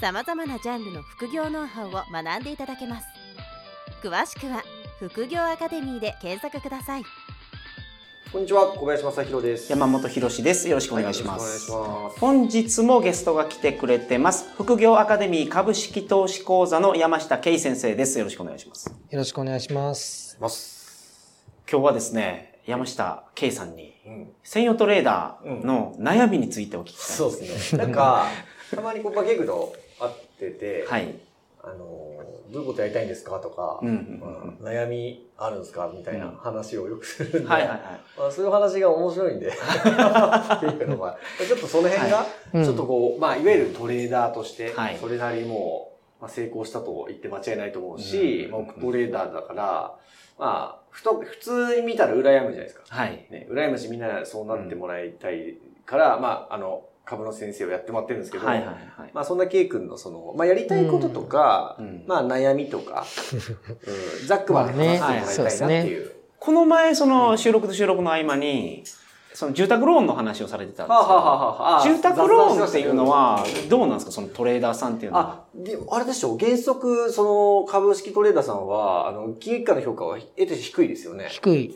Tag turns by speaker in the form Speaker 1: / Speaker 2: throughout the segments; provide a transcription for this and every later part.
Speaker 1: さまざまなジャンルの副業ノウハウを学んでいただけます詳しくは「副業アカデミー」で検索ください
Speaker 2: こんにちは、小林正弘です。
Speaker 3: 山本博史です。よろしくお願いしま
Speaker 2: はい
Speaker 3: す。
Speaker 2: よろしくお願いします
Speaker 3: 本日もゲストが来てくれてます。副業アカデミー株式投資講座の山下圭先生です。よろしくお願いします。
Speaker 4: よろしくお願いします。
Speaker 2: ます。
Speaker 3: 今日はですね、山下圭さんに
Speaker 2: うん、
Speaker 3: 専用トレーダーの悩みについてお聞きしたい
Speaker 2: そうですね。なんか、たまにこう、化け具と会ってて、
Speaker 3: はい。
Speaker 2: あの、どういうことやりたいんですかとか、
Speaker 3: うんうん
Speaker 2: まあ悩みあるんですかみたいな話をよくする
Speaker 3: うんん。
Speaker 2: で、
Speaker 3: はいはいは
Speaker 2: まあ、そういう話が面白いんで、っていうのは、 ちょっとその辺が、
Speaker 4: うん
Speaker 2: ちょっとこう、まあ、いわゆるトレーダーとして
Speaker 3: はい、
Speaker 2: それなりもう、まあ、成功したと言って間違いないと思うし、
Speaker 3: うん
Speaker 2: まあ億トレーダーだから、まあ、ふと、普通に見たら羨むじゃないですか。
Speaker 3: い。はい。
Speaker 2: ね、羨ましいみんなそうなってもらいたいから、まあ、あの、株の先生をやってもらってるんですけど、
Speaker 3: はいはいはい。
Speaker 2: まあ、そんな K 君のその、まあ、やりたいこととか、
Speaker 3: うん
Speaker 2: まあ、悩みと か、うん、ざっくばらんに話してもらいたいなっていう。
Speaker 3: この前、その収録と収録の合間に、その住宅ローンの話をされてたんです
Speaker 2: はあはあは
Speaker 3: け
Speaker 2: あはあ
Speaker 3: ど、住宅ローンっていうのは
Speaker 2: 雑談してましたけど、
Speaker 3: どうなんですかそのトレーダーさんっていうのは。
Speaker 2: あ、で、あれでしょ原則、その、株式トレーダーさんは、あの、金融機関の評価は、えて 低いですよね。
Speaker 4: 低い。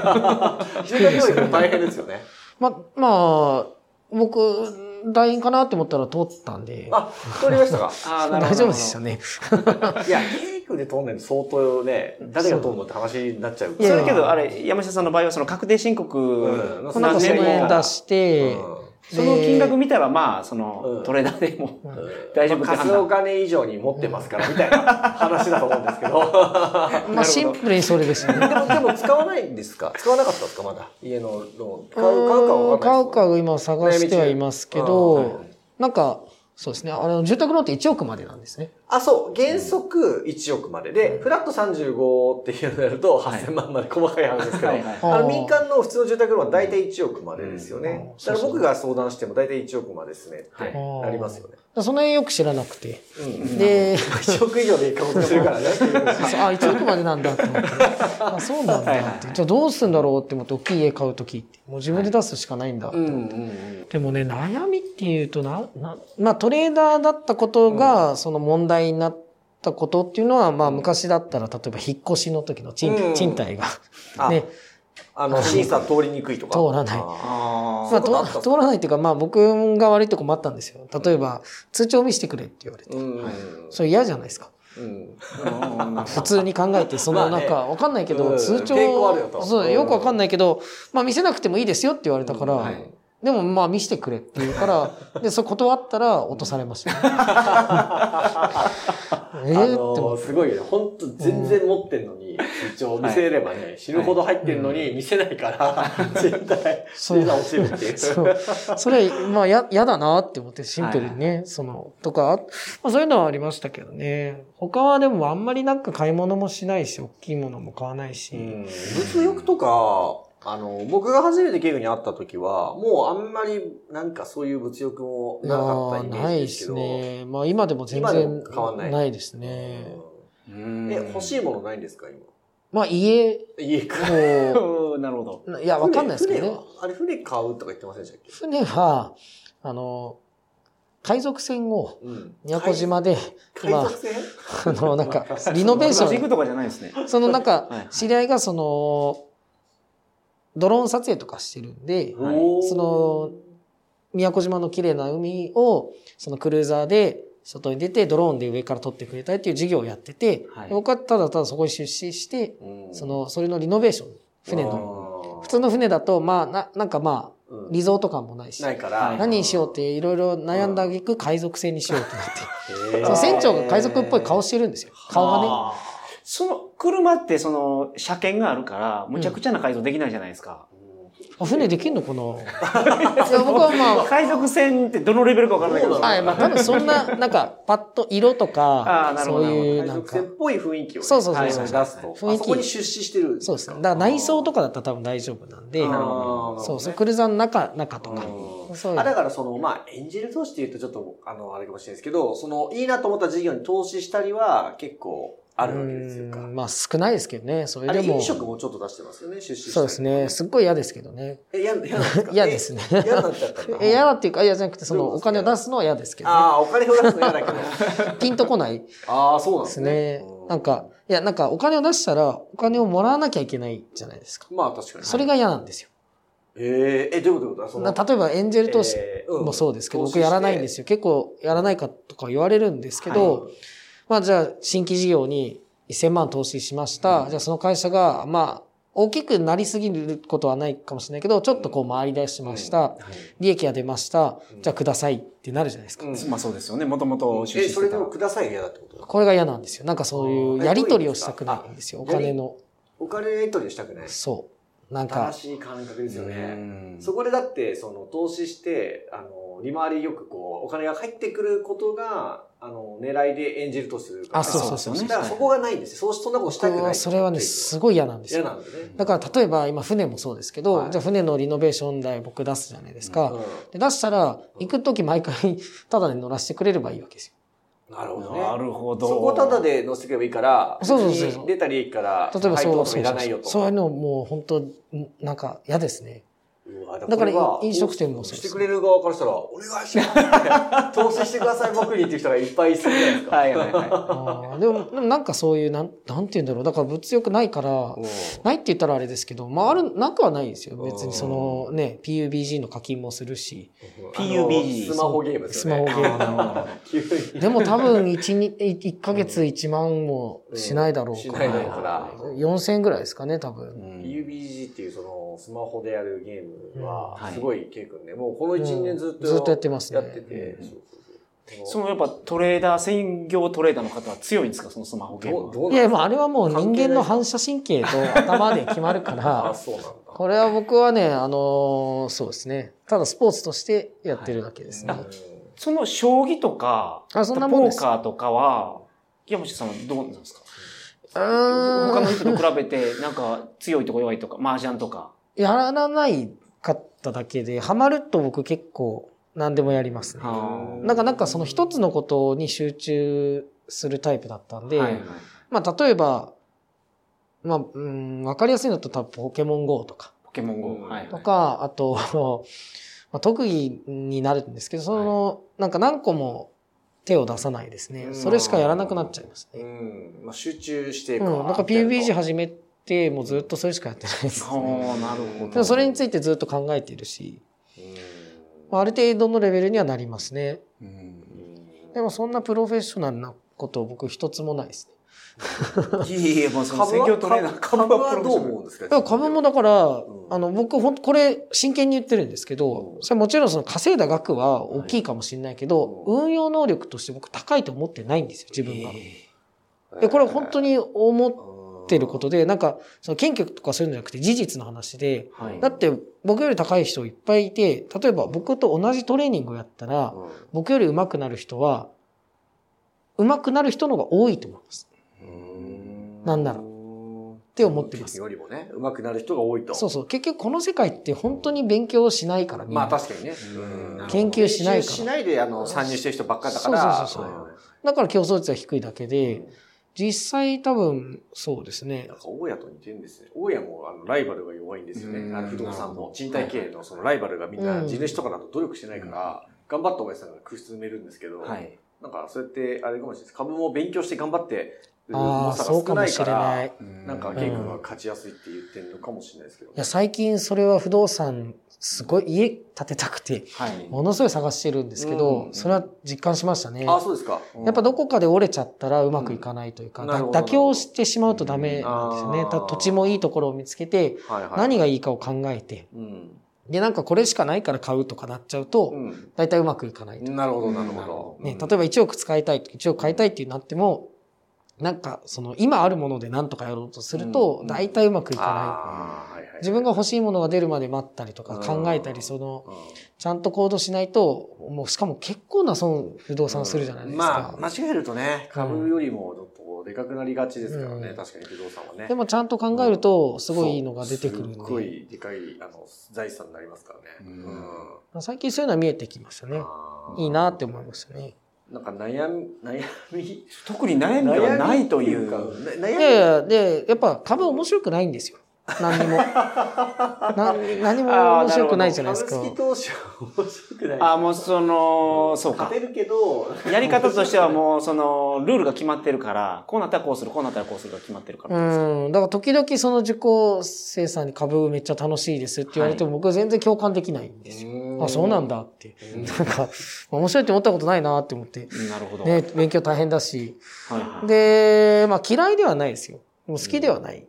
Speaker 2: 金融機関評価大変ですよ ね。
Speaker 4: ま、まあ、僕、LINE かなって思ったら通ったんで、
Speaker 2: あ、通りましたか。
Speaker 3: あーなるほ
Speaker 4: 大
Speaker 3: ど
Speaker 4: 丈夫ですよね。
Speaker 2: いや、経営で通んないと相当ね、誰が通るのって話になっちゃうか
Speaker 4: い
Speaker 2: ら。
Speaker 3: そ
Speaker 4: やいや
Speaker 3: れけど、あれ、山下さんの場合は、その確定申
Speaker 2: う
Speaker 3: 告
Speaker 2: ん
Speaker 4: こんな
Speaker 2: なんんか
Speaker 4: かそ
Speaker 2: その
Speaker 4: の辺
Speaker 2: 辺
Speaker 4: 出
Speaker 2: 出
Speaker 4: して、
Speaker 3: その金額見たら、まあ、そ
Speaker 2: うん
Speaker 3: の、トレーダーでも、
Speaker 4: うん
Speaker 3: 大丈夫って
Speaker 2: か
Speaker 3: 判
Speaker 2: すお
Speaker 3: 断。
Speaker 2: 金以上に持ってますから、みたいな話だと思うんですけど。
Speaker 4: まあシンプルにそれですね。
Speaker 2: でも、でも使わないんですか使わなかったんですかまだ。家のローン。 買う、買うか
Speaker 4: う
Speaker 2: は
Speaker 4: ん
Speaker 2: 分か
Speaker 4: 買
Speaker 2: ん
Speaker 4: う
Speaker 2: ない
Speaker 4: か
Speaker 2: です
Speaker 4: を今探してはいますけ
Speaker 2: 悩み中うんはい
Speaker 4: ど
Speaker 2: はい、
Speaker 4: なんか、そうですね。あの、住宅ローンって1億までなんですね。
Speaker 2: あ、そう。原則1億まで。で、フラット35っていうのやると8000万まで細かい話ですけど。
Speaker 3: はいはい
Speaker 2: あ
Speaker 4: あー
Speaker 2: の民間の普通の住宅ローンは大体1億までですよね。
Speaker 4: うん
Speaker 2: だから僕が相談しても大体1億までですねって
Speaker 4: はい
Speaker 2: なりますよね。
Speaker 4: その辺よく知らなくて。
Speaker 2: うん。
Speaker 4: で、
Speaker 2: 1億以上で買おうとしてるからね。
Speaker 4: そうあ、1億までなんだと思って。 あ、そうなん
Speaker 3: はいはい
Speaker 4: だって
Speaker 3: は。い
Speaker 4: じゃあどうするんだろうって思って、大きい家買うときって。もう自分で出すしかないんだって
Speaker 2: うんうん
Speaker 4: でもね、悩みっていうとな、な、まあトレーダーだったことが、その問題になったことっていうのは、まあ昔だったら、例えば引っ越しの時の賃,、
Speaker 2: うん
Speaker 4: 賃貸が
Speaker 2: あ
Speaker 4: ね、
Speaker 2: あの、審査通りにくいとか。
Speaker 4: 通らない
Speaker 2: あ
Speaker 3: あ
Speaker 4: ま
Speaker 2: そう
Speaker 4: あ
Speaker 2: いうことあったんです
Speaker 4: と
Speaker 2: か
Speaker 4: 通らないっていうか、まあ僕が悪いとこもあったんですよ。例えば、通帳見してくれって言われて。
Speaker 2: ーうん。
Speaker 4: それ嫌じゃないですか。
Speaker 2: うん。
Speaker 3: あ。
Speaker 4: 普通に考えて、その
Speaker 2: まあ
Speaker 4: なん
Speaker 2: ね
Speaker 4: か、わかんないけ
Speaker 2: う
Speaker 4: ど、
Speaker 2: ん
Speaker 4: 通帳、
Speaker 2: 抵抗あるよと
Speaker 4: そうう、
Speaker 2: ん
Speaker 4: よくわかんないけど、まあ見せなくてもいいですよって言われたから、
Speaker 2: うんはい
Speaker 4: でもまあ見せてくれって言う から、で、それ断ったら落とされました。
Speaker 2: あ
Speaker 4: えーって思
Speaker 2: の
Speaker 4: っ
Speaker 2: すごいよね。本当全然持ってんのに、一応見せればね、死ぬほど入ってんのに見せない から、絶対、
Speaker 4: そう
Speaker 2: 審査落ちるってい
Speaker 4: て。そう。それ、まあ、や、やだなって思って、シンプルにね、その、とか、あまあ、そういうのはありましたけどね。他はでも、あんまりなんか買い物もしないし、大きいものも買わないし。
Speaker 2: うん物欲とか、あの、僕が初めてケイグに会った時は、もうあんまりなんかそういう物欲も
Speaker 4: い
Speaker 2: な
Speaker 4: や
Speaker 2: かったイ
Speaker 4: ー
Speaker 2: メ
Speaker 4: な
Speaker 2: ージ
Speaker 4: い
Speaker 2: で
Speaker 4: です
Speaker 2: け
Speaker 4: す
Speaker 2: ど。
Speaker 4: ね。まあ、今でも全
Speaker 2: 今でも
Speaker 4: 然
Speaker 2: 変わんない
Speaker 4: ないですね。
Speaker 2: うんえ、欲しい
Speaker 3: い。
Speaker 2: ものないんですか今。
Speaker 4: まあ、家
Speaker 2: 家か。
Speaker 4: を、
Speaker 3: なるほど。
Speaker 4: いや、わかんないですけど
Speaker 2: 船
Speaker 4: ね
Speaker 2: は。あれ船買うとか言ってませんでしたっけ
Speaker 4: 船は、あの、海賊船を、
Speaker 2: うん。
Speaker 4: 宮古島で、
Speaker 2: 海
Speaker 4: 今
Speaker 2: 海、賊船
Speaker 4: あ の、なんか、リノベーシ
Speaker 3: クロシン
Speaker 4: ョ
Speaker 3: グとかじゃないですね。
Speaker 4: ン、そのなん
Speaker 3: はいは
Speaker 4: か
Speaker 3: い、
Speaker 4: 知り合いがその、ドローン撮影とかしてるんで、
Speaker 3: はい
Speaker 2: おー
Speaker 4: その、宮古島の綺麗な海を、そのクルーザーで、外に出て、ドローンで上から撮ってくれたいっていう事業をやってて、
Speaker 3: はい
Speaker 4: 僕はただただそこに出資して、
Speaker 2: うん
Speaker 4: そ、の、それのリノベーション、船の。
Speaker 2: の
Speaker 4: 普通の船だと、まあ、な、なんかまあ、リゾート感もないし、
Speaker 2: ないから。
Speaker 4: 何にしようっ。ていろいろ悩んだ挙句海賊船にしようってなって。
Speaker 2: へー
Speaker 4: その船長が海賊っぽい顔してるんですよ。顔がね。
Speaker 3: あー。その、車って、その、車検があるから、むちゃくちゃな改造できないじゃないですか。
Speaker 2: うん
Speaker 4: あ船できんのかないや僕は まあ、
Speaker 3: 海賊船ってどのレベルかわからないけど。
Speaker 4: はい、まあ多分そんな、なんか、パッと色と
Speaker 3: あー
Speaker 4: か、
Speaker 3: なるほ
Speaker 4: そ
Speaker 3: ど
Speaker 4: ういう、
Speaker 2: 海
Speaker 4: なん
Speaker 2: 賊
Speaker 4: か
Speaker 2: 船っ、ぽい雰囲気をね、
Speaker 4: そうそう
Speaker 3: そうそう
Speaker 2: はいはい出すと。
Speaker 4: 雰囲気
Speaker 2: あそこに出資してるんか。
Speaker 4: そうですね。だから内装とかだったら多分大丈夫なんで
Speaker 2: あー、なるほどね
Speaker 4: そうそう、クルーザーの中、中とか。そういう
Speaker 2: あだからその、まあ、エンジェル投資って言うとちょっと、あの、あれかもしれないですけど、その、いいなと思った事業に投資したりは結構あるわけですよ
Speaker 4: う
Speaker 2: か
Speaker 4: ん。まあ少ないですけどね。それ
Speaker 2: あ
Speaker 4: で
Speaker 2: れ、飲
Speaker 4: も。
Speaker 2: 食もちょっと出してますよね、出資した
Speaker 4: そう
Speaker 2: り
Speaker 4: ですね。。すっごい嫌ですけどね。
Speaker 2: え、嫌、嫌なんですか
Speaker 4: 嫌で。すね。
Speaker 2: え嫌になっちゃったんだ
Speaker 4: え嫌だって いうか、いやじゃなくて、そ
Speaker 2: どう
Speaker 4: の
Speaker 2: で
Speaker 4: お
Speaker 2: すか
Speaker 4: 金を出すのは嫌ですけどね、
Speaker 2: ああ、お金を出すの嫌だけど。
Speaker 4: ピンとこないで
Speaker 2: ああ、そうなんですすね
Speaker 4: ね。
Speaker 2: う。
Speaker 4: なんか、いや、なんかお金を出したら、お金をもらわなきゃいけないじゃないですか。
Speaker 2: まあ確かに。
Speaker 4: それが嫌なんですよ。
Speaker 2: ええ、え、どういうことだそ
Speaker 4: な例えばエンジェル投資
Speaker 2: えーうん
Speaker 4: もそうですけど、
Speaker 2: 投資して
Speaker 4: 僕やらないんですよ。結構やらないかとか言われるんですけど、
Speaker 2: はい
Speaker 4: まあじゃあ新規事業に1000万投資しました。じゃあその会社が、まあ、大きくなりすぎることはないかもしれないけど、ちょっとこう回り出しました。利益が出ました。
Speaker 2: うん
Speaker 4: じゃあくださいってなるじゃないですか。
Speaker 2: うん
Speaker 3: まあそうですよね。もともと出
Speaker 2: え、
Speaker 3: 資し
Speaker 2: そ
Speaker 3: て
Speaker 2: れ
Speaker 3: た
Speaker 2: で。もくださいが嫌だってこと
Speaker 4: これが嫌なんですよ。なんかそういうやり取りをしたくないんですよ。
Speaker 2: あ
Speaker 4: お
Speaker 2: どういう
Speaker 4: 金
Speaker 2: 意味
Speaker 4: の。
Speaker 2: お金やり取りしたくない。
Speaker 4: そう。なん
Speaker 2: 正
Speaker 4: か、
Speaker 2: しい感覚ですよ
Speaker 3: う
Speaker 2: ね。
Speaker 3: ん
Speaker 2: そこでだって、その、投資して、あの、利回りよくこう、お金が入ってくることが、あの、狙いで演じるとするから。
Speaker 4: あそうそうそう
Speaker 2: だからそこがないんですよ。そうし、そんなことした
Speaker 4: 僕
Speaker 2: くな。
Speaker 4: はいそれはね、すごい嫌なんです
Speaker 2: 嫌
Speaker 4: よ。
Speaker 2: なんでね。
Speaker 4: だから例えば今船もそうですけど、
Speaker 2: はい
Speaker 4: じゃあ船のリノベーション代僕出すじゃないですか。
Speaker 2: う
Speaker 4: で出したら、行くとき毎回、ただで乗らせてくれればいいわけですよ。
Speaker 2: んなるほどね。
Speaker 3: なるほど。
Speaker 2: そこをタダで載せていけばいいから、
Speaker 4: そうそうそう
Speaker 2: 別に出た利益から、
Speaker 4: 例えば
Speaker 2: 配当
Speaker 4: そう、
Speaker 2: とか
Speaker 4: そう
Speaker 2: い
Speaker 4: そ
Speaker 2: ら
Speaker 4: う
Speaker 2: ない
Speaker 4: そ
Speaker 2: よ
Speaker 4: う
Speaker 2: と。
Speaker 4: そういうのもう本当、んなんか嫌ですね。
Speaker 2: うわ
Speaker 4: だから
Speaker 2: これは
Speaker 4: 飲食店もそう
Speaker 2: し
Speaker 4: で
Speaker 2: て
Speaker 4: す
Speaker 2: くれる側からしたら、お願いします投資してください、僕にっていう人がいっぱいいそうじゃない ですか。
Speaker 3: はいはいは
Speaker 4: あーでも、でもなんかそういう、なん、なんて言うんだろう。だから物欲ないから、ないって言ったらあれですけど、まあ、ある、なくはないですよ。別にそのね、PUBG の課金もするし。
Speaker 3: PUBG
Speaker 2: あのスマホゲームです
Speaker 4: ス
Speaker 2: よ
Speaker 4: マホ
Speaker 2: ね。
Speaker 4: ゲームなの。
Speaker 2: 急に。
Speaker 4: でも多分1に、一ヶ月1万もしないだろう
Speaker 2: し
Speaker 4: か
Speaker 2: ない
Speaker 4: ら。
Speaker 2: だろうから。
Speaker 4: 4000円ぐらいですかね、多
Speaker 3: い。
Speaker 4: 分。
Speaker 2: PUBG っていうそのスマホでやるゲームは
Speaker 3: うんはい
Speaker 2: すごいケイ君ねもうこの1年ずっと
Speaker 4: ずっとやってますね
Speaker 2: やっててそうそう
Speaker 3: そ
Speaker 2: そう
Speaker 3: のやっぱトレーダー、専業トレーダーの方は強いんですかそのスマホゲーム
Speaker 2: ど
Speaker 3: は。
Speaker 2: どう
Speaker 4: い
Speaker 2: なん
Speaker 4: や、まああれはもう人間の反射神経と頭で決まるか
Speaker 2: あ
Speaker 4: ら、
Speaker 2: そうなんだ
Speaker 4: これは僕はね、あのーそうですね。ただスポーツとしてやってるだけですね。
Speaker 2: う
Speaker 3: その将棋とか、
Speaker 4: あそんなもんです
Speaker 3: ポーカーとかは、山下さんはどうなんですか
Speaker 4: う
Speaker 3: 他
Speaker 4: ーん
Speaker 3: の人と比べて、なんか強いとか弱いとか、麻雀とか。
Speaker 4: やらないかっただけで、ハマると僕結構何でもやりますね。
Speaker 2: はあ
Speaker 4: なんかなんかその一つのことに集中するタイプだったんで、
Speaker 3: はいはい
Speaker 4: まあ例えば、まあ、うん、わかりやすいのだと多分ポケモン GO とか、
Speaker 3: ポケモン GO。
Speaker 2: うん
Speaker 3: はいはい
Speaker 4: とか、あと、 あのまあ、特技になるんですけど、その、なんか何個も手を出さないですね
Speaker 2: う。ん
Speaker 4: それしかやらなくなっちゃいますね。
Speaker 2: んまあ集中して
Speaker 4: うん、なんか PUBG 始めて、もうずっとそれしかやってないです
Speaker 3: あ
Speaker 4: ね。
Speaker 3: ーなるほど。
Speaker 4: でもそれにつ
Speaker 3: いて、
Speaker 4: いてずっと考えているし、まあ、
Speaker 2: あ
Speaker 4: ある程度のレベルにはなりますね。で
Speaker 2: でも
Speaker 4: もそんなプロフェッショナルなこと僕一つもないですね。
Speaker 3: いえいえ、もうその
Speaker 2: 株
Speaker 3: 専業トレーナ
Speaker 2: は
Speaker 3: ー、
Speaker 2: 株はどう
Speaker 3: プロ
Speaker 2: 思うんですか
Speaker 4: だから株もだから、
Speaker 2: ん
Speaker 4: あの、僕ほんとこれ真剣に言ってるんですけど、
Speaker 2: うん
Speaker 4: それもちろんその稼いだ額は大きいかもしれないけど、
Speaker 2: は
Speaker 4: 運用能力として僕高いと思ってないんですよ、自分が。
Speaker 3: え
Speaker 4: で、これ本当に思
Speaker 2: 当
Speaker 4: ってることで、なんか、その謙虚とかそういうのじゃなくて事実の話で、
Speaker 3: ーはい
Speaker 4: だって僕より高い人いっぱいいて、例えば僕と同じトレーニングをやったら、僕より上手くなる人は、上手くなる人の方が多いと思います。なんだろ
Speaker 2: ろう
Speaker 4: って思ってます
Speaker 2: よりもね上手くなる人が多いと
Speaker 4: そうそう。結局この世界って本当に勉強しないから、みんな
Speaker 2: まあ確かにね
Speaker 3: うん
Speaker 4: 研究しないから
Speaker 2: 研究しないであの参入してる人ばっかりだから
Speaker 4: そうそうそうそうだから競争率は低いだけで、実際多分そうですね
Speaker 2: なん。か大家と似てるんですね。大家もあのライバルが弱いんですよ
Speaker 3: うん
Speaker 2: ね。あの不動
Speaker 3: なる
Speaker 2: 産
Speaker 3: ほど
Speaker 2: も賃貸経営のそのライバルがみんな
Speaker 4: うん
Speaker 2: 地主とかだと努力してないから、頑張った大家さんが空室埋めるんですけど、
Speaker 3: はい。
Speaker 2: なんかそうやってあれかもしれないです。株も勉強して頑張って、
Speaker 4: ああ、そうかもしれない。い
Speaker 2: なんか、
Speaker 4: 結
Speaker 2: ケイ
Speaker 4: 構
Speaker 2: 君が勝ちやすいって言ってるのかもしれないですけど、
Speaker 4: や、最近それは不動産、すごい家建てたくて、
Speaker 3: はい。
Speaker 4: ものすごい探してるんですけ
Speaker 2: うん
Speaker 4: ど、それは実感しましたね。
Speaker 2: ああ、そうですか。
Speaker 4: やっぱどこかで折れちゃったらうまくいかないというか、
Speaker 2: うん
Speaker 4: だ
Speaker 2: なるほど
Speaker 4: 妥協してしまうとダメなんですよ
Speaker 2: う
Speaker 4: ね。
Speaker 2: んあー
Speaker 4: た土地もいいところを見つけて、
Speaker 2: はいはい、
Speaker 4: 何
Speaker 2: が、
Speaker 4: がいいかを考えて、
Speaker 2: うん。
Speaker 4: で、なんかこれしかないから買うとかなっちゃう
Speaker 2: う
Speaker 4: と、
Speaker 2: ん。
Speaker 4: 大体うまくいかないと。
Speaker 2: なるほど、なるほど。う
Speaker 4: ね、
Speaker 2: ん
Speaker 4: 例えば1億使いたい、1億買いたいってなっても、なんかその今あるもので何とかやろうとする
Speaker 2: うんう
Speaker 4: と
Speaker 2: ん、
Speaker 4: 大体うまくいか
Speaker 2: ああ、はいはい。
Speaker 4: 自分が欲しいものが出るまで待ったりとか
Speaker 3: うん
Speaker 4: 考えたり、その、
Speaker 3: うん
Speaker 4: ちゃんと行動しないと、もうしかも結構な損、不動産するじゃないです
Speaker 3: ま
Speaker 4: か
Speaker 3: あ、。間違えるとね。
Speaker 2: 株よりもちょっとこうでかくなりがちですからね、
Speaker 4: うん
Speaker 2: 確かに不動産はね
Speaker 4: でもちゃんと考えると、すごいいいのが出てくるん
Speaker 2: す
Speaker 4: で
Speaker 2: っごいでかいあの財産になりますからね、
Speaker 3: うん
Speaker 4: まあ最近そういうのは見えてきましたね。
Speaker 2: あー
Speaker 4: いいなって思いますよね。
Speaker 2: なんか悩み悩み
Speaker 3: 特に悩みはないという
Speaker 2: か
Speaker 3: か。
Speaker 2: 悩
Speaker 4: いやいや、で、やっぱ株面白くないんですよ。何に も。な何も面白くないじゃないですか。
Speaker 2: 株式投資は面白くない
Speaker 3: あ、もうその、そうか
Speaker 2: 勝。てるけど
Speaker 3: やり方としてはもう、その、ルールが決まってるから、こうなったらこうする、こうなったらこうするが決まってるから。
Speaker 4: うん。だから時々その受講生さんに株めっちゃ楽しいですって言われても僕は全然共感できないんですよ。あ、そうなんだって。
Speaker 2: うん
Speaker 4: なんか、面白いって思ったことないなって思って。
Speaker 3: なるほど。
Speaker 4: ね、勉強大変だし。
Speaker 3: はいはい
Speaker 4: で、まあ嫌いではないですよ。でも好きではない。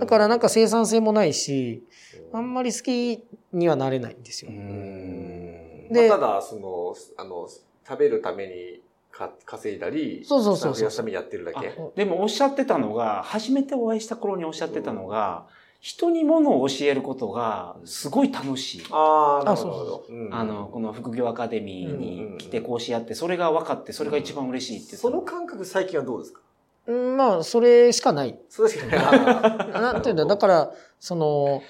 Speaker 4: だからなんか生産性もないし、あんまり好きにはなれないんですよ。
Speaker 2: うん
Speaker 4: で
Speaker 2: まあただそのあの食べるためにか稼いだり
Speaker 4: そうそうそ
Speaker 2: 資産を
Speaker 4: うそう
Speaker 2: 増やすためにやってるだけ
Speaker 3: あでもおっしゃってたのが、初めてお会いした頃におっしゃってたのが、人にものを教えることがすごい楽しい。
Speaker 2: ああなる
Speaker 4: そう
Speaker 2: ほ
Speaker 4: そ
Speaker 2: どうん
Speaker 3: あの、この副業アカデミーに来てこうしやって、それが分かって、それが一番嬉しいって言ってた
Speaker 2: その感覚最近はどうですか
Speaker 4: うんまあ、それしかない。
Speaker 2: それしかない
Speaker 4: なんていうん だ、だから、その、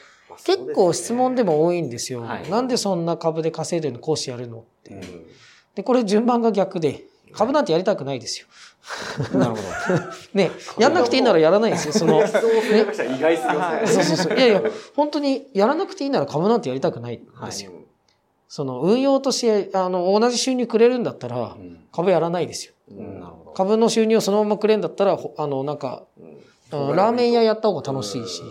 Speaker 4: 結構質問で
Speaker 2: も
Speaker 4: も多いんですよ。
Speaker 3: はい
Speaker 4: なんでそんな株で稼いでるの講師やるのって。
Speaker 3: うん
Speaker 4: で、これ順番が逆で、株なんてやりたくないですよ。
Speaker 3: なるほど。
Speaker 4: ね、やんなくていいならやらないですよ。その、
Speaker 2: 質問する人は意外すぎ
Speaker 3: は
Speaker 2: ま
Speaker 3: い
Speaker 2: す
Speaker 4: そう
Speaker 2: ね
Speaker 4: そうそう。いやいや、本当にやらなくていいなら株なんてやりたくないんですよ。その、運用として、あの、同じ収入くれるんだったら
Speaker 3: う、ん
Speaker 4: 株やらないですよ。
Speaker 2: うん
Speaker 3: なるほど。
Speaker 4: 株の収入をそのままくれんだったら、ほあの、なんか、
Speaker 2: うん
Speaker 4: あのラーメン屋やった方が楽しいし、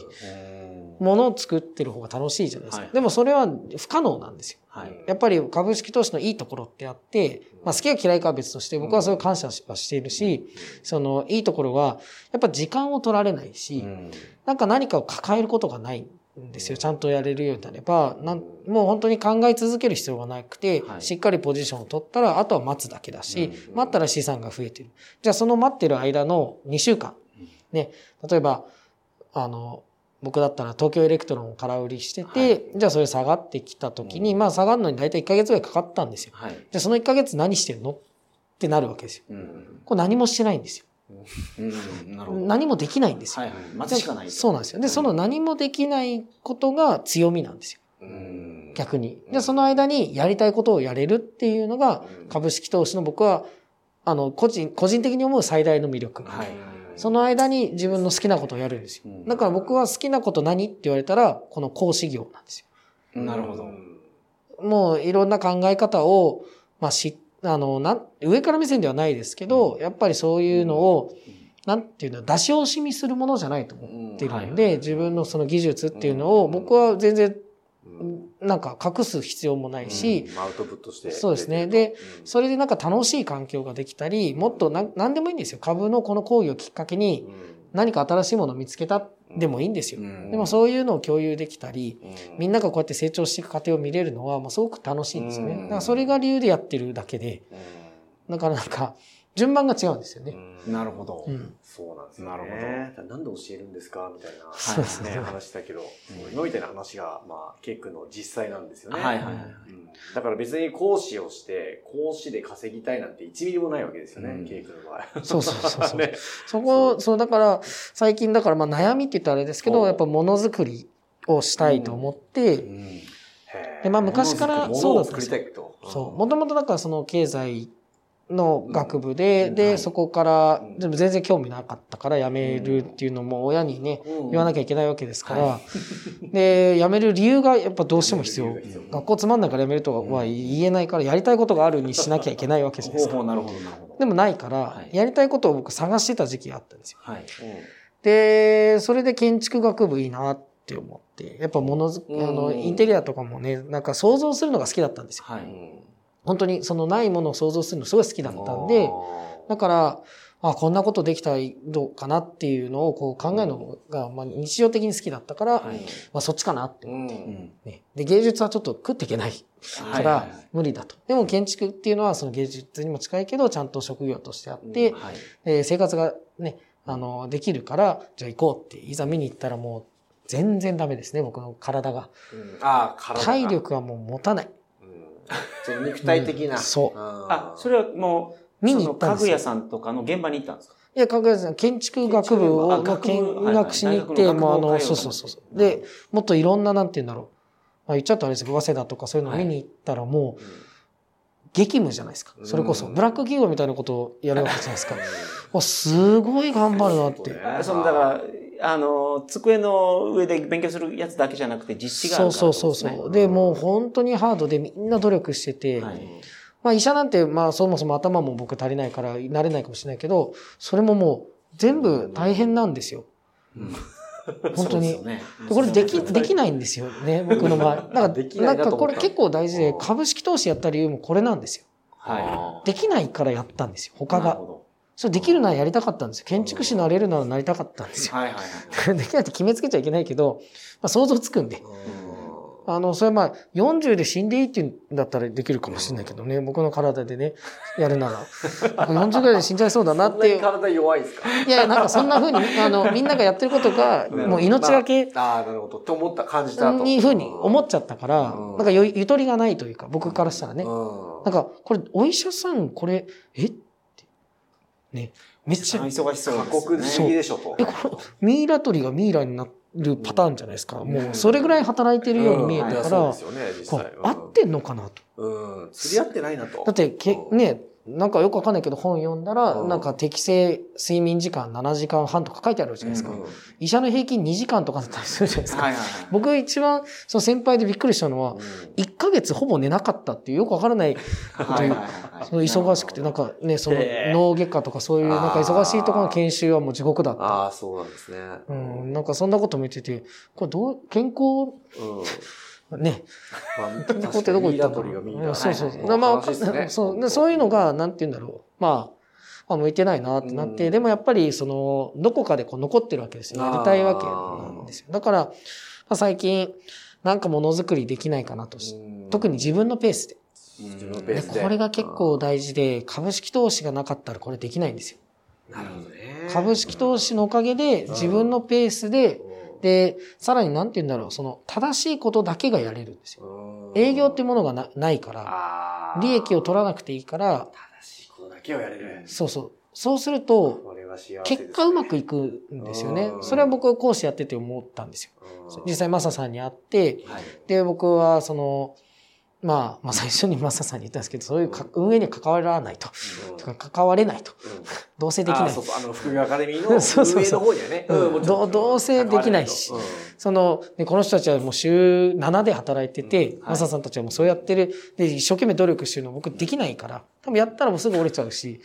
Speaker 4: 物を作ってる方が楽しいじゃないですか。
Speaker 3: はい
Speaker 4: でもそれは不可能なんですよ。
Speaker 3: はい。
Speaker 4: やっぱり株式投資のいいところってあって、まあ、好きが嫌いかは別として僕はそれを感謝はしているし、そのいいところはやっぱ時間を取られないし、なんか何かを抱えることがないんですよちゃんとやれるようになればなんもう本当に考え続ける必要がなくて、
Speaker 3: はい
Speaker 4: しっかりポジションを取ったらあとは待つだけだし、待ったら資産が増えてるじゃあその待ってる間の2週間
Speaker 3: うん、
Speaker 4: ね、例えばあの僕だったら東京エレクトロンを空売りしてて、
Speaker 3: はい
Speaker 4: じゃあそれ下がってきた時に、
Speaker 3: うん
Speaker 4: まあ下がるのに大体1ヶ月ぐらいかかったんですよ
Speaker 3: はい。
Speaker 4: じゃあその1ヶ月何してるのってなるわけですよ
Speaker 3: うん。
Speaker 4: これ何もしてないんですよ
Speaker 3: うん。なるほど。
Speaker 4: 何もできないんですよ、
Speaker 3: はいはい。待つしかない。
Speaker 4: そうなんですよ。で、その何もできないことが強みなんですよ。
Speaker 2: うん
Speaker 4: 逆に。で、その間にやりたいことをやれるっていうのが、株式投資の僕は、あの、個人、個人的に思う最大の魅力。
Speaker 3: はい
Speaker 4: その間に自分の好きなことをやるんですよ。
Speaker 3: うん
Speaker 4: だから僕は好きなこと何って言われたら、この講師業なんです
Speaker 3: なるほど。
Speaker 4: よ。もういろんな考え方を、まあ、し、あの、なん、上から目線ではないですけど、やっぱりそういうのを、なんていうの、出し惜しみするものじゃないと思う。ってる
Speaker 3: はい
Speaker 4: の
Speaker 3: は
Speaker 4: で、自分のその技術っていうのを
Speaker 2: うん
Speaker 4: 僕は全然
Speaker 2: うん
Speaker 4: なんか隠す必要もないし、
Speaker 2: うんアウトプットして
Speaker 4: そうですねでそれでなんか楽しい環境ができたり、もっとなん何でもいいんですよ。株のこの講義をきっかけに何か新しいものを見つけたでもいいんですよ。
Speaker 3: うん
Speaker 4: でもそういうのを共有できたり、みん
Speaker 2: な
Speaker 4: ながこうやって成長していく過程を見れるのはもうすごく楽しいんですよね。
Speaker 2: うん
Speaker 4: だからそれが理由でやってるだけで、だからなんか順番が違うんですよね。
Speaker 3: なるほど。
Speaker 4: うん。
Speaker 2: そうなんですよ
Speaker 3: なるほど
Speaker 2: ねだからなんで教えるんですかみたいな
Speaker 4: そうですね
Speaker 2: ね話だけど
Speaker 3: うん
Speaker 2: 今みたいな話がまあケイ君の実際なんですよね
Speaker 3: はいはいはい
Speaker 2: うんだから別に講師をして講師で稼ぎたいなんて1ミリもないわけですよ
Speaker 3: うん
Speaker 2: ねケイ君の場合
Speaker 4: そうそうそうそ う
Speaker 2: ね
Speaker 4: そこ、
Speaker 2: そ
Speaker 4: そう、だから、最近だから、まあ悩みって言ったらあれですけ
Speaker 2: うん
Speaker 4: ど、やっぱものづくりをしたいと思って、
Speaker 3: うん
Speaker 2: へー
Speaker 4: でまあ昔から
Speaker 2: 物
Speaker 4: そうだ
Speaker 2: を
Speaker 4: ったん
Speaker 2: 作
Speaker 4: で
Speaker 2: りた
Speaker 4: す
Speaker 2: いと
Speaker 4: そう、もともとだからその経済の学部で、
Speaker 2: うん
Speaker 4: で、
Speaker 2: はい
Speaker 4: そこから
Speaker 2: うん、
Speaker 4: でも全然興味なかったから辞めるっていうのも親にね、
Speaker 2: うん
Speaker 4: 言わなきゃいけないわけですから、 で、辞める理由がやっぱどうしても必
Speaker 2: 辞め
Speaker 4: 要
Speaker 2: る理由が必。要
Speaker 4: 学校つまんないから辞めるとは言えないから、やりたいことがあるにしなきゃいけないわけじゃないです
Speaker 3: ほうほ
Speaker 4: か。
Speaker 3: うなるほどなるほど。
Speaker 4: でもないから、
Speaker 3: はい
Speaker 4: やりたいことを僕探してた時期があったんですよ。
Speaker 3: はい。
Speaker 4: で、それで建築学部いいなって思って、やっぱものづく、
Speaker 2: うん
Speaker 4: あの、インテリアとかもね、なんか想像するのが好きだったんですよ。
Speaker 3: は
Speaker 2: う
Speaker 3: い。
Speaker 2: ん
Speaker 4: 本当にそのないものを想像するのすごい好きだったんで、だから、あ、こんなことできたらどうかなっていうのをこう考えるのが、まあ日常的に好きだったから、
Speaker 3: はい
Speaker 4: まあそっちかなって、
Speaker 2: うん
Speaker 3: うん
Speaker 4: ね。で、芸術はちょっと食っていけない
Speaker 3: は
Speaker 4: か
Speaker 3: いは
Speaker 4: ら無理だと。でも建築っていうのはその芸術にも近いけど、ちゃんと職業としてあって、
Speaker 3: いはい。
Speaker 4: えー生活がね、あの、できるから、じゃあ行こうって、いざ見に行ったらもう、全然ダメですね、僕の体が。
Speaker 2: うんああ、体が
Speaker 4: 体。力はもう持たない。
Speaker 2: うんその肉体的な。。
Speaker 4: うんそうん
Speaker 3: あ
Speaker 2: あ、
Speaker 3: それはもう、
Speaker 4: 見
Speaker 3: そ
Speaker 4: に行
Speaker 3: の
Speaker 4: ったん
Speaker 3: 家
Speaker 4: です
Speaker 3: 具
Speaker 4: よ
Speaker 3: 屋。さんとかの現場に行ったんですか
Speaker 4: いや、かぐやさん、建築学部を
Speaker 3: 建築部あ学部
Speaker 4: 見学しに行って、
Speaker 3: はいはい
Speaker 4: もうあ
Speaker 3: 学部を変
Speaker 4: の、
Speaker 3: え
Speaker 4: そ
Speaker 3: よう
Speaker 4: う
Speaker 3: と
Speaker 4: そ
Speaker 3: 思って
Speaker 4: うそうそう。で、もっといろんな、なんて言うんだろう。まあ、言っちゃったらあれですけど、早稲田とかそういうのを見に行ったらもう、激務じゃないですか。それこそ、
Speaker 2: うん
Speaker 4: ブラック企業みたいなことをやるわけじゃないですか。わ、すごい頑張るな
Speaker 2: そういう
Speaker 4: っ
Speaker 2: こと
Speaker 4: て。
Speaker 2: ね
Speaker 3: あそのだから、あの、机の上で勉強するやつだけじゃなくて実施があ
Speaker 4: そ
Speaker 3: る
Speaker 4: う
Speaker 3: から
Speaker 4: そうそう
Speaker 3: ってことですね
Speaker 4: そう。で、もう本当にハードでみんな努力してて、
Speaker 3: はい
Speaker 4: まあ医者なんて、まあそもそも頭も僕足りないから慣れないかもしれないけど、それももう全部大変なんですよ。本当に
Speaker 3: そうですよね
Speaker 4: でこれで
Speaker 3: そう
Speaker 4: き、
Speaker 3: すよね
Speaker 4: できないんですよね、僕の場合。だから、
Speaker 2: できな
Speaker 4: ないん
Speaker 2: な
Speaker 4: か
Speaker 2: と思
Speaker 4: こ
Speaker 2: った
Speaker 4: れ結構大事で
Speaker 2: うん、
Speaker 4: 株式投資やった理由もこれなんですよ。
Speaker 3: は
Speaker 4: できないからやったんですよ、
Speaker 3: い。
Speaker 4: 他
Speaker 3: なる
Speaker 4: が。
Speaker 3: ほど
Speaker 4: そう、できるならやりたかったんですよ。建築士なれるならなりたかったんですよ。
Speaker 3: はいはい はい。
Speaker 4: できないって決めつけちゃいけないけど、まあ想像つくんで。あの、それはまあ、40で死んでいいって言うんだったらできるかもしれないけどね、僕の体でね、やるなら。40ぐらいで死んじゃいそうだな
Speaker 2: な
Speaker 4: っ
Speaker 2: って
Speaker 4: い
Speaker 2: て
Speaker 4: う。
Speaker 2: 体弱いですか
Speaker 4: いやいや、なんかそんな風に、あの、みんながやってることが、
Speaker 3: うん
Speaker 4: もう命がけ、
Speaker 2: ああ、なるほど。って思った、感じたと。
Speaker 4: にふうに思っちゃったから、
Speaker 2: うん
Speaker 4: なんかゆゆとりがないというか、僕からしたら
Speaker 2: た
Speaker 4: ね。
Speaker 2: な
Speaker 4: なんか、これ、お医者さん、これ、えって。ね、めっち
Speaker 3: 一
Speaker 4: ゃ
Speaker 3: 番、忙しそう
Speaker 2: 過酷
Speaker 3: です
Speaker 2: す
Speaker 3: よ
Speaker 2: ぎ
Speaker 3: ね。
Speaker 2: でしょ、と。
Speaker 4: え、これ、ミイラ取りがミイラになるパターンじゃないですか。もう、それぐらい働いてるように見え
Speaker 2: うんい
Speaker 4: た
Speaker 2: や
Speaker 4: か
Speaker 2: そう
Speaker 4: ら
Speaker 2: です、よね、実
Speaker 4: こ
Speaker 2: 際
Speaker 4: う。合ってんのかなと。
Speaker 2: うん。うん釣り合ってないなと。
Speaker 4: だってけ、
Speaker 2: うん
Speaker 4: ね、なんかよくわかんないけど本読んだら、
Speaker 2: うん
Speaker 4: なんか適正睡眠時間7時間半とか書いてあるじゃないです
Speaker 2: う
Speaker 4: か。
Speaker 2: ん
Speaker 4: 医者の平均2時間とかだったりするじゃないですか。
Speaker 3: はいはいはい。
Speaker 4: 僕が一番、その先輩でびっくりしたのは、1ヶ月ほぼ寝なかったっていうよくわからない、
Speaker 3: はいはいはいはい
Speaker 4: その忙しくて、なんかね、その
Speaker 3: へえ
Speaker 4: 脳外科とかそういうなんか忙しいところの研修はもう地獄だった。
Speaker 2: ああ、そうなんですね。
Speaker 4: う
Speaker 2: うん
Speaker 4: ん、なんかそんなこと見てて、これどう、健康、ね、
Speaker 2: まあ
Speaker 4: 健康ってどこ行った
Speaker 2: 確かにミイラ取りがミイ
Speaker 4: う
Speaker 2: ラ。
Speaker 4: んそうそうそう。
Speaker 3: はい
Speaker 4: まあ、
Speaker 2: 悲しいっすね
Speaker 4: そうでそういうのが、なんて言うんだろう。まあ、まあ、向いてないなってなって、
Speaker 2: うん
Speaker 4: でもやっぱり、その、どこかでこう残ってるわけですよ。
Speaker 2: あー
Speaker 4: やりたいわけなんですよ。だから、まあ、最近、なんかものづくりできないかなとし、
Speaker 2: うん
Speaker 4: 特に自分のペースで。
Speaker 2: 自分のペ
Speaker 3: で
Speaker 2: ー
Speaker 4: で
Speaker 2: スで。
Speaker 4: これが結構大事で、株式投資がなかったらこれできないんですよ。
Speaker 2: なるほどね。
Speaker 4: 株式投資のおかげで、自分のペースで、で、さらになんて言うんだろう、その、正しいことだけがやれるんですよ。
Speaker 2: うん、
Speaker 4: 営業って
Speaker 2: も
Speaker 4: ものがなないから、利益を取らなくていいから、
Speaker 2: 正しいことだけをやれる。
Speaker 4: そうそう。そうすると、
Speaker 2: これは幸せですね
Speaker 4: 結果うまくいくんですよね
Speaker 2: う。ん
Speaker 4: それは僕講師やってて思ったんですよ。
Speaker 2: うん
Speaker 4: 実際マサさんに会って、
Speaker 2: はい。
Speaker 4: で、僕はその、まあ、まあ最初にマサさんに言ったんですけど、そういうか運営には関わらないと。
Speaker 2: うん
Speaker 4: てか関われないと。
Speaker 2: うん
Speaker 4: どうせでき
Speaker 2: あ
Speaker 4: な
Speaker 2: ー
Speaker 4: い
Speaker 2: そ。うそうあの副業アカデミーの
Speaker 4: そうそう
Speaker 2: 運営
Speaker 4: そ
Speaker 2: の
Speaker 4: う
Speaker 2: 方にはね
Speaker 4: うん
Speaker 2: んもちろん
Speaker 4: どどうせできないし
Speaker 2: うん
Speaker 4: その、ね、この人たちはもう週7で働いてて、
Speaker 3: うんはい
Speaker 4: マサさんたちはもうそうやってる。で、一生懸命努力してるの僕できないから、多分やったらもうすぐ折れちゃうし、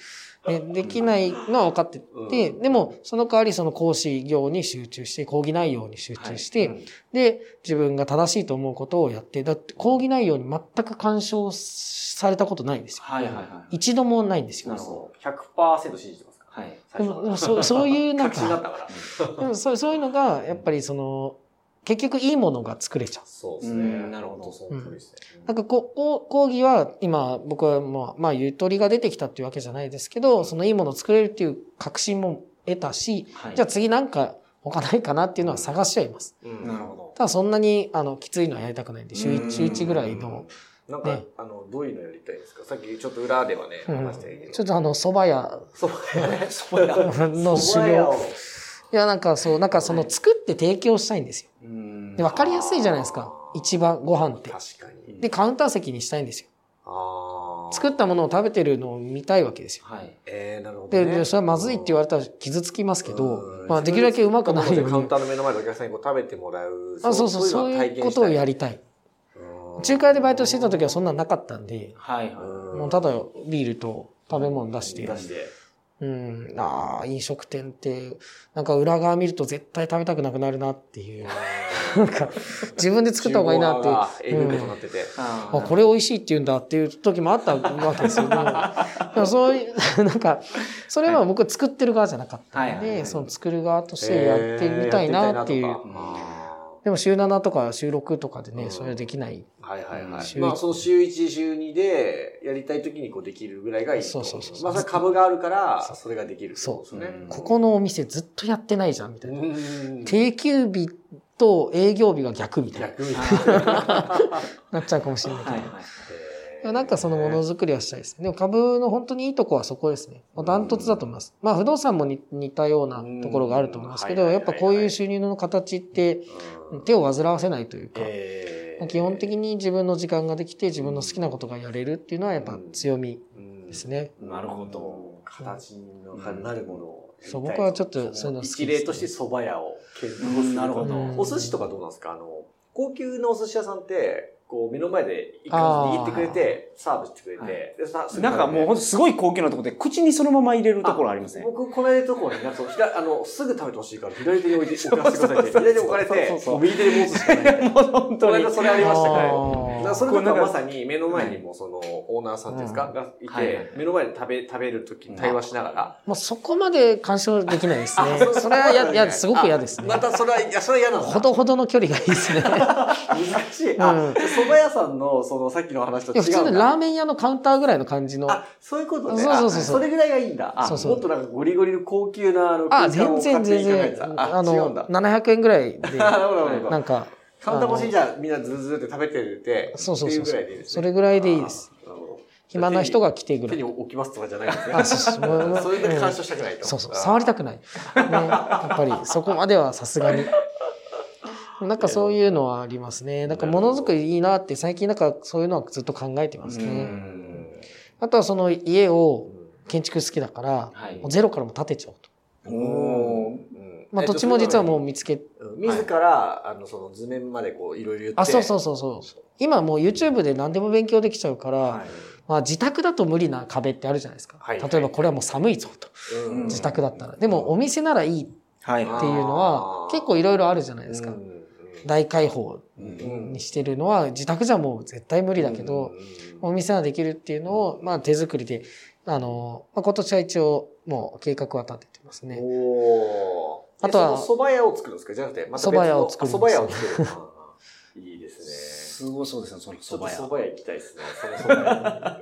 Speaker 4: ね、できないのは分かってて、
Speaker 2: うん
Speaker 4: でも、その代わりその講師業に集中して、講義内容に集中して、
Speaker 2: はいうん
Speaker 4: で、自分が正しいと思うことをやって、だって講義内容に全く干渉されたことないんですよ。
Speaker 3: はいはいはい。
Speaker 4: 一度もないんです
Speaker 2: な
Speaker 4: よ
Speaker 2: る。ほど100%信じてますか
Speaker 3: はい。
Speaker 2: ら
Speaker 4: で
Speaker 2: 最
Speaker 4: も
Speaker 2: 初
Speaker 4: で
Speaker 2: は
Speaker 4: もそうそういうなん
Speaker 2: 確信だっ
Speaker 4: か、
Speaker 2: たから
Speaker 4: でもそうそういうのが、やっぱりその、結局いいものが作れちゃう。
Speaker 2: そう
Speaker 3: で
Speaker 2: ですす
Speaker 3: ね
Speaker 2: ねなるほどそ
Speaker 4: うん
Speaker 2: の通りですね
Speaker 4: なんかこうこう、講義は今僕はまあ、まあ、ゆとりが出てきたっていうわけじゃないですけど、そのいいものを作れるっていう確信も得たし、
Speaker 3: はい
Speaker 4: じゃあ次なんか他ないかなっていうのは探しちゃいます。
Speaker 2: うん
Speaker 3: なるほ
Speaker 4: ただそんなに、あの、きついのはやりたくないんで、週
Speaker 3: う
Speaker 4: 1、
Speaker 3: ん
Speaker 4: 週一ぐらいの、
Speaker 2: なんか
Speaker 4: ね
Speaker 2: あのどういうのやりたいですかさっきちょっと裏ではね
Speaker 4: うん
Speaker 2: 話したけど
Speaker 4: ちょっとあの、蕎麦屋
Speaker 2: そうねそうや
Speaker 4: の修行。いや、なんかそう、なんかその作って提供したいんですよ。
Speaker 3: ど。うん
Speaker 4: で、わかりやすいじゃないですか。一番ご飯って。
Speaker 2: 確かに
Speaker 4: で、カウンター席にしたいんですよ。
Speaker 2: あー
Speaker 4: 作ったものを食べてるのを見たいわけですよ。
Speaker 3: はい。
Speaker 2: えーなるほど
Speaker 4: で、
Speaker 2: ね
Speaker 4: でそれはまずいって言われたら傷つきますけ
Speaker 2: う
Speaker 4: ど
Speaker 2: ん、
Speaker 4: まあ、できるだけうまくなるよ
Speaker 2: カウンタ
Speaker 4: う
Speaker 2: ーの目の前でお客さんにこう食べてもらう
Speaker 4: に。あそうそう、そういうことをや
Speaker 2: る
Speaker 4: りたい。仲介でバイトしてた時はそん
Speaker 2: な
Speaker 4: なんなかったんで、
Speaker 3: はいはい。
Speaker 4: も
Speaker 2: も
Speaker 4: うただビールと食べ物出して
Speaker 2: 出、して
Speaker 4: うん、ああ、飲食店って、なんか裏側見ると絶対食べたくなくなるなっていう。なんか、自分で作った方がいいなって。
Speaker 2: て 営業となってて、
Speaker 3: あ
Speaker 4: あこれ美味しいって言うんだっていう時もあったわけです よ。でもでもそういう、 なんか、それは僕作ってる側じゃなかった
Speaker 3: は
Speaker 4: ん
Speaker 3: いはいはい
Speaker 4: で、その作る側としてやってみたいなってい
Speaker 2: えー
Speaker 4: う
Speaker 2: やっ。てみたいなとか
Speaker 4: でも週7とか週6とかで
Speaker 2: う
Speaker 4: ね、
Speaker 2: ん
Speaker 4: それはできない。
Speaker 2: はいはいは
Speaker 4: 週
Speaker 2: い。
Speaker 4: 一
Speaker 2: まあその週1、週2でやりたい時にこうできるぐらいがいいと。
Speaker 4: そうそうそう
Speaker 2: まあそれ株があるから、それができるってことですよね。
Speaker 3: そう
Speaker 2: うん
Speaker 4: ここのお店ずっとやってないじゃんみたいな。
Speaker 2: うん
Speaker 4: 定休日と営業日が逆みたい
Speaker 2: 逆みたいな。
Speaker 4: ななっちゃうかもしれないけど。
Speaker 3: はいはい
Speaker 4: でもなんかそのものづくりはしたいですね。でも株の本当にいいとこはそこですね。ダントツだと思います。まあ不動産もに似たようなところがあると思いますけど、
Speaker 2: うんはいは
Speaker 4: やっ
Speaker 2: いはいは
Speaker 4: ぱ
Speaker 2: い
Speaker 4: こういう収入の形って
Speaker 2: うん
Speaker 4: 手を煩わせないというか、
Speaker 2: えー
Speaker 4: 基本的に自分の時間ができて自分の好きなことがやれるっていうのはやっぱ強みですね。
Speaker 3: なるほど。
Speaker 2: 形になるものをやりたいと。
Speaker 4: そう僕はちょっとそういうの好きです
Speaker 2: 一例として蕎麦屋を検討す
Speaker 3: う
Speaker 2: る。
Speaker 3: んなるほど
Speaker 4: うん
Speaker 2: お寿司とかどうなんですかあの、高級なお寿司屋さんって、こう目の前で一貫握ってくれて、サーブしてくれ
Speaker 3: はい
Speaker 2: て、でさすぐ
Speaker 3: なんかもうほんとすごい高級なとこで口にそのまま入れるところありません
Speaker 2: 僕、この間のところに、なんかそう、ひらあの、すぐ食べてほしいから、左手に置いて、置かせてくださいって、
Speaker 3: そうそうそう
Speaker 2: 左手に置かれて
Speaker 3: そうそう、そう
Speaker 2: もう右手に持つしかない。
Speaker 3: もう本
Speaker 2: この
Speaker 3: 当に
Speaker 2: 間。それありましたから、だから
Speaker 4: あ
Speaker 2: そ
Speaker 4: ー
Speaker 2: れとかまさに目の前にもそのオーナーさんっていうんです
Speaker 4: う
Speaker 2: かがい
Speaker 3: はいはい
Speaker 2: て、目の前で食べ、食べるときに対話しながら。
Speaker 4: もうそこまで干渉できないですね。それはや、や、すごく嫌ですね
Speaker 2: ま。たそれは、いや、それは嫌なんだ。
Speaker 4: ほどほどの距離がいいで すね。
Speaker 2: 難しい。
Speaker 4: うん
Speaker 2: あ、蕎麦屋さんの、その、さっきの話と
Speaker 4: いや普
Speaker 2: 違
Speaker 4: 通
Speaker 2: う
Speaker 4: の
Speaker 2: ん
Speaker 4: ラー
Speaker 2: だ。
Speaker 4: メン屋のカウンターぐらいの感じの。
Speaker 2: あ、そういうことね。
Speaker 4: そうそうそう
Speaker 2: あ
Speaker 4: そう
Speaker 2: れぐらいがいいんだ。あ、
Speaker 4: そうそう
Speaker 2: もっとなんかゴリゴリの高級な、あの、
Speaker 4: あ、
Speaker 2: 空間を
Speaker 4: 全然
Speaker 2: 勝手に
Speaker 4: 全
Speaker 2: 考え
Speaker 4: 然
Speaker 2: てた。。あ、
Speaker 4: あ
Speaker 2: 違うん
Speaker 4: の、
Speaker 2: だ。
Speaker 4: 700円ぐらいで、
Speaker 2: なるほど、なるほ
Speaker 4: な
Speaker 2: ど。
Speaker 4: んか、
Speaker 2: カウンター越しにじゃあ、みんなずるずるって食べてて、
Speaker 4: そうそうそう
Speaker 2: っていうぐらいでいいですね。
Speaker 4: それぐらいでいいです
Speaker 2: あー。なるほど
Speaker 4: 暇な人が来てぐら
Speaker 2: 手に
Speaker 4: い。
Speaker 2: 置きますとかじゃないんですね。
Speaker 4: あそうそ うもうもう
Speaker 2: それで干渉したくないと。
Speaker 4: そうそう、
Speaker 2: あー
Speaker 4: 触りたくない。ね、やっぱ り、そこまではさすがに。なんかそういうのはありますね。なんかものづくりいいなって、最近なんかそういうのはずっと考えてます
Speaker 3: う
Speaker 4: ね。
Speaker 3: ん
Speaker 4: あとはその家を
Speaker 2: うん
Speaker 4: 建築好きだから、
Speaker 3: はい
Speaker 4: もうゼロからも建てちゃおうと。
Speaker 3: おー
Speaker 2: うん
Speaker 4: まあ
Speaker 2: えっと
Speaker 4: 土地も実はもう
Speaker 2: そ
Speaker 4: 見つけ、
Speaker 2: れなのにうん自ら、あの、その図面までこう、いろいろ言って。
Speaker 4: あ、そうそうそうそう。今もう YouTube で何でも勉強できちゃうから、
Speaker 2: はい。
Speaker 4: まあ、自宅だと無理な壁ってあるじゃないですか、
Speaker 2: はいはい
Speaker 4: 例えばこれはもう寒いぞと
Speaker 2: うん
Speaker 4: 自宅だったら、でもお店ならいいって
Speaker 3: はい
Speaker 4: いう
Speaker 3: は
Speaker 4: の
Speaker 2: あ
Speaker 4: は
Speaker 2: ー
Speaker 4: 結構いろいろあるじゃないですか、
Speaker 2: うんうん
Speaker 4: 大開放
Speaker 3: い。
Speaker 2: うん
Speaker 4: にしてるのは自宅じゃもう絶対無理だけ
Speaker 2: う
Speaker 4: ど、
Speaker 2: ん
Speaker 4: お店はできるっていうのを、まあ、手作りであの、まあ、今年は一応もう計画は立ててますね
Speaker 2: おー
Speaker 4: あとは
Speaker 2: えその蕎麦屋を作るんですかじゃなくて、また別の
Speaker 4: 蕎麦屋を作りま
Speaker 2: あ
Speaker 4: す
Speaker 2: 蕎麦屋を作る。うんいいですね。
Speaker 3: すごそうですね、その
Speaker 2: ちょっと
Speaker 3: 蕎麦屋
Speaker 2: 蕎。麦屋行きたいですね。その蕎麦屋ん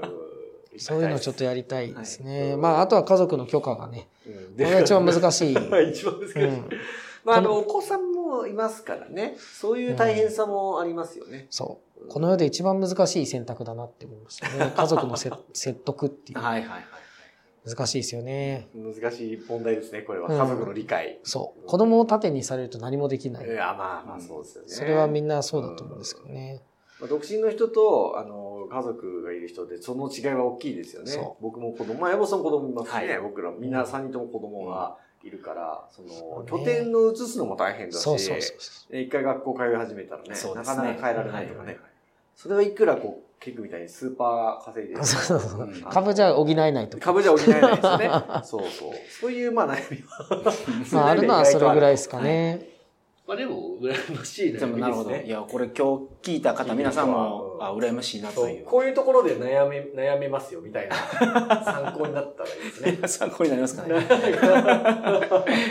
Speaker 4: そういうのをちょっとやりたいですね、
Speaker 2: はい
Speaker 4: まああとは家族の許可がね
Speaker 2: うん
Speaker 4: これが一番難しい、う
Speaker 2: 一番難しい。
Speaker 4: ん、
Speaker 2: まあ、あの、お子さんもいますからね。そういう大変さもありますよね。
Speaker 4: そうこの世で一番難しい選択だなって思いました ね家族のせ説得っていう
Speaker 3: はいはいはい。
Speaker 4: 難しいですよね
Speaker 2: 難しい問題ですね、これは。
Speaker 4: うん
Speaker 2: 家族の理解。
Speaker 4: そう子供を盾にされると何もできない、
Speaker 2: いや、まあまあ、そうですよね。
Speaker 4: それはみんなそうだと思うんですけどね、
Speaker 2: まあ独身の人と、あの、家族がいる人で、その違いは大きいですよね
Speaker 4: そ。
Speaker 2: 僕も子供、まあ、山本さんも子供いますね。
Speaker 3: は
Speaker 2: 僕ら、みんな3人とも子供がいるから、その、
Speaker 4: そう
Speaker 2: 拠
Speaker 4: ね
Speaker 2: 点の移すのも大変だし、
Speaker 4: そうそうそうそ
Speaker 2: 一回学校通い始めたらね、
Speaker 3: そうで
Speaker 2: な
Speaker 3: す
Speaker 2: か
Speaker 3: ね
Speaker 2: なか変えられないとかね。それはいくらこう、ケイ君みたいにスーパー稼いでる
Speaker 4: う。そうそうそう
Speaker 3: うん
Speaker 4: 株じゃ補えないとか、
Speaker 2: 株じゃ補えないですよね。そうそう。そういう、まあ、悩みは。
Speaker 4: まあ、あるのはそれぐらいですか
Speaker 2: はい。
Speaker 4: ね、
Speaker 2: まあ、でも、羨ましい
Speaker 3: でもなるほど。い
Speaker 2: ね。
Speaker 3: や、これ今日聞いた方、皆さんも、あ、羨ましいなと
Speaker 2: そう
Speaker 3: いう。
Speaker 2: こういうところで悩め、悩めますよ、みたいな。参考になったらいいです ね。
Speaker 3: 皆さん、こうになりますかね。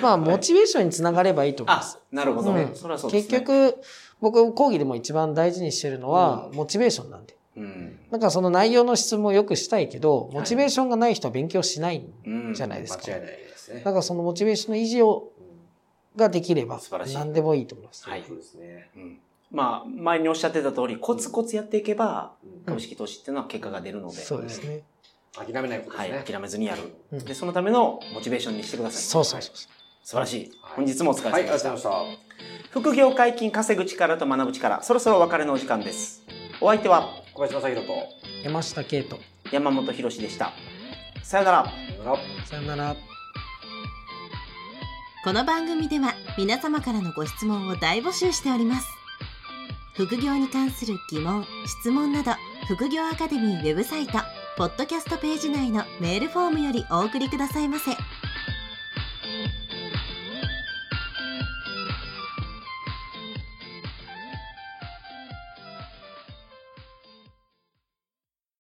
Speaker 4: まあモチベーションにつながればいいと思いま
Speaker 3: あ
Speaker 4: す、、
Speaker 3: なるほど
Speaker 4: う
Speaker 3: ね。
Speaker 4: ん
Speaker 3: それはそうです
Speaker 4: 結
Speaker 3: ね。、
Speaker 4: 局僕講義でも一番大事にしてるのは、モチベーションなんで
Speaker 3: うん。
Speaker 4: なんかその内容の質もよくしたいけどモチベーションがない人は勉強しない、
Speaker 3: うん
Speaker 4: じゃないですか
Speaker 2: 間違いないですね
Speaker 4: だ。からそのモチベーションの維持をができれば
Speaker 3: 素晴らしい
Speaker 4: 何でもいいと思います、
Speaker 3: はい
Speaker 2: そうですね。
Speaker 3: うんまあ、前におっしゃってた通り、コツコツやっていけば、
Speaker 2: うん
Speaker 3: 株式投資っていうのは結果が出るので、
Speaker 4: そうですね、
Speaker 2: 諦めないことで
Speaker 3: は
Speaker 2: すね。
Speaker 3: い、諦めずにやる。
Speaker 4: うん
Speaker 3: で、そのためのモチベーションにしてください。
Speaker 4: そうそうそう
Speaker 3: 素晴らしい
Speaker 2: はい。
Speaker 3: 本日もお疲れ
Speaker 2: はい、ありが
Speaker 3: 様
Speaker 2: と
Speaker 3: で
Speaker 2: うご
Speaker 3: し
Speaker 2: ざい
Speaker 3: た
Speaker 2: ま。した。
Speaker 3: 副業解禁稼ぐ力と学ぶ力、そろそろお別れのお時間です。お相手は
Speaker 2: 小林正宏と。
Speaker 4: 山下圭人
Speaker 3: 山本博史でした。さよなら。
Speaker 2: さよなら
Speaker 4: さよなら
Speaker 1: この番組では皆様からのご質問を大募集しております副業に関する疑問・質問など副業アカデミーウェブサイトポッドキャストページ内のメールフォームよりお送りくださいませ